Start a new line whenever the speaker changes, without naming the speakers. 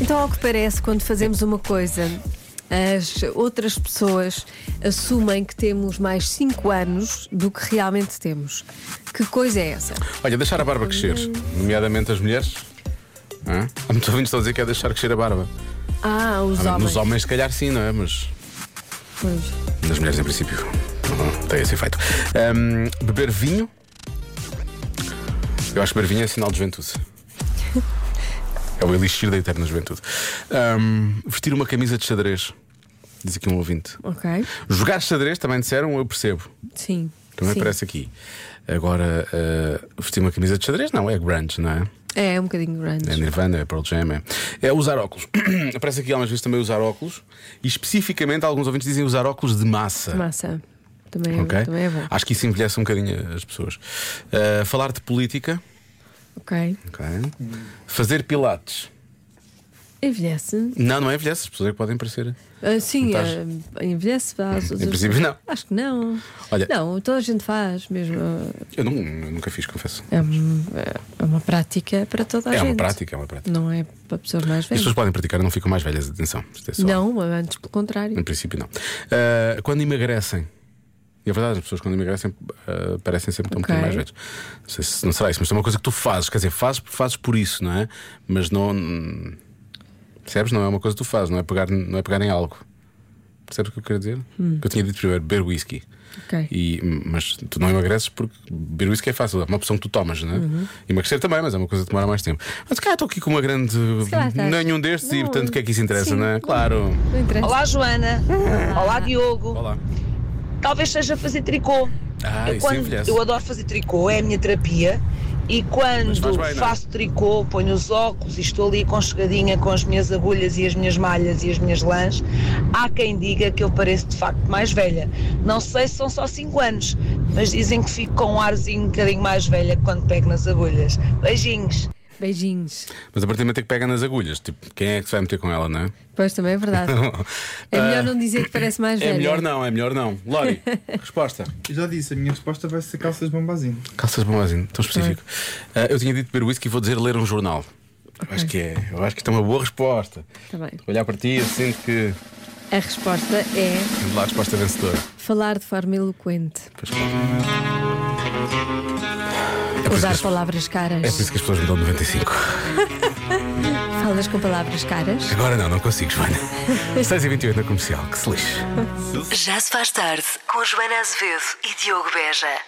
Então, ao que parece, quando fazemos uma coisa, as outras pessoas assumem que temos mais 5 anos do que realmente temos. Que coisa é essa?
Olha, deixar a barba crescer, nomeadamente as mulheres. Hã? Há muitos ouvintes que estão a dizer que é deixar crescer a barba.
Ah, os
Ah,
homens.
Nos homens, se calhar, sim, não é? Mas
Pois.
nas mulheres, em princípio, não tem esse efeito. Ahm, beber vinho. Eu acho que beber vinho é sinal de juventude. É o elixir da eterna juventude. Ahm, vestir uma camisa de xadrez. Diz aqui um ouvinte.
Ok.
Jogar xadrez, também disseram, eu percebo.
Sim.
Também
Sim.
aparece aqui. Agora, ah, vestir uma camisa de xadrez não, é grunge, não é?
É, é um bocadinho grande.
É Nirvana, é Pearl Jam, é. É usar óculos. Aparece aqui algumas vezes também usar óculos. E especificamente, alguns ouvintes dizem usar óculos de massa.
Massa. Também é,
Ok?
também é bom.
Acho que isso envelhece um bocadinho as pessoas. Uh, falar de política.
Ok.
Ok. Fazer pilates.
Envelhece.
Não, não é envelhece, as pessoas é que podem parecer.
Ah, sim,
Não
ah, envelhece. Faz,
Em princípio, não.
Acho que não.
Olha-
Não, toda a gente faz mesmo. ah,
Eu, não, eu nunca fiz, confesso.
É, um- é uma prática para toda a
É
gente.
uma prática, é uma prática.
Não é para pessoas mais
As
velhas.
pessoas podem praticar, não ficam mais velhas, atenção. Isto é só-
Não, antes pelo contrário.
Em princípio, não. Uh, quando emagrecem. E é verdade, as pessoas quando emagrecem uh, parecem sempre tão um
Ok.
bocadinho mais velhas. Não sei se não será isso, mas é uma coisa que tu fazes, quer dizer, fazes, fazes por isso, não é? Mas não. Percebes? Não é uma coisa que tu fazes, não é pegar, não é pegar em algo. Percebes o que eu quero dizer?
Hum.
Eu tinha dito primeiro beber whisky.
Ok.
E, mas tu não emagreces porque beber whisky é fácil, é uma opção que tu tomas, não é?
Uhum.
Emagrecer também, mas é uma coisa que demora mais tempo. Mas cá estou aqui com uma grande.
calhar estás.
Nenhum destes e
Não.
portanto o que é que isso interessa,
Sim.
não é? Claro.
Não interessa.
Olá, Joana. Olá, Diogo.
Olá.
Talvez seja fazer tricô.
Ah,
eu,
isso
quando-
envelhece.
eu adoro fazer tricô, é a minha terapia. E
Mas faz
quando
bem, não é?
faço tricô, ponho os óculos e estou ali aconchegadinha com as minhas agulhas e as minhas malhas e as minhas lãs, há quem diga que eu pareço de facto mais velha. Não sei se são só 5 anos, mas dizem que fico com um arzinho um bocadinho mais velha quando pego nas agulhas. Beijinhos.
Beijinhos.
Mas a partir do momento em que pega nas agulhas, tipo, quem é que se vai meter com ela, não é?
Pois também é verdade. É melhor não dizer que parece mais
É
velha.
melhor não, é melhor não. Lori, resposta.
Eu já disse, a minha resposta vai ser calças bombazinho.
Calças bombazinho, tão específico. Ah, eu tinha dito beber whisky e vou dizer ler um jornal. Eu Acho que é, eu acho que isto é uma boa resposta.
Tá bem.
Olhar para ti, eu sinto que
A resposta é
temos lá a resposta vencedora.
falar de forma eloquente.
Pois claro. É por, isso que
Usar
as,
palavras
é por
caras.
isso que as pessoas me dão 95.
Falas com palavras caras.
Agora não, não consigo, Joana. 6h28 na comercial, que se lixe.
Já se faz tarde com Joana Azevedo e Diogo Beja.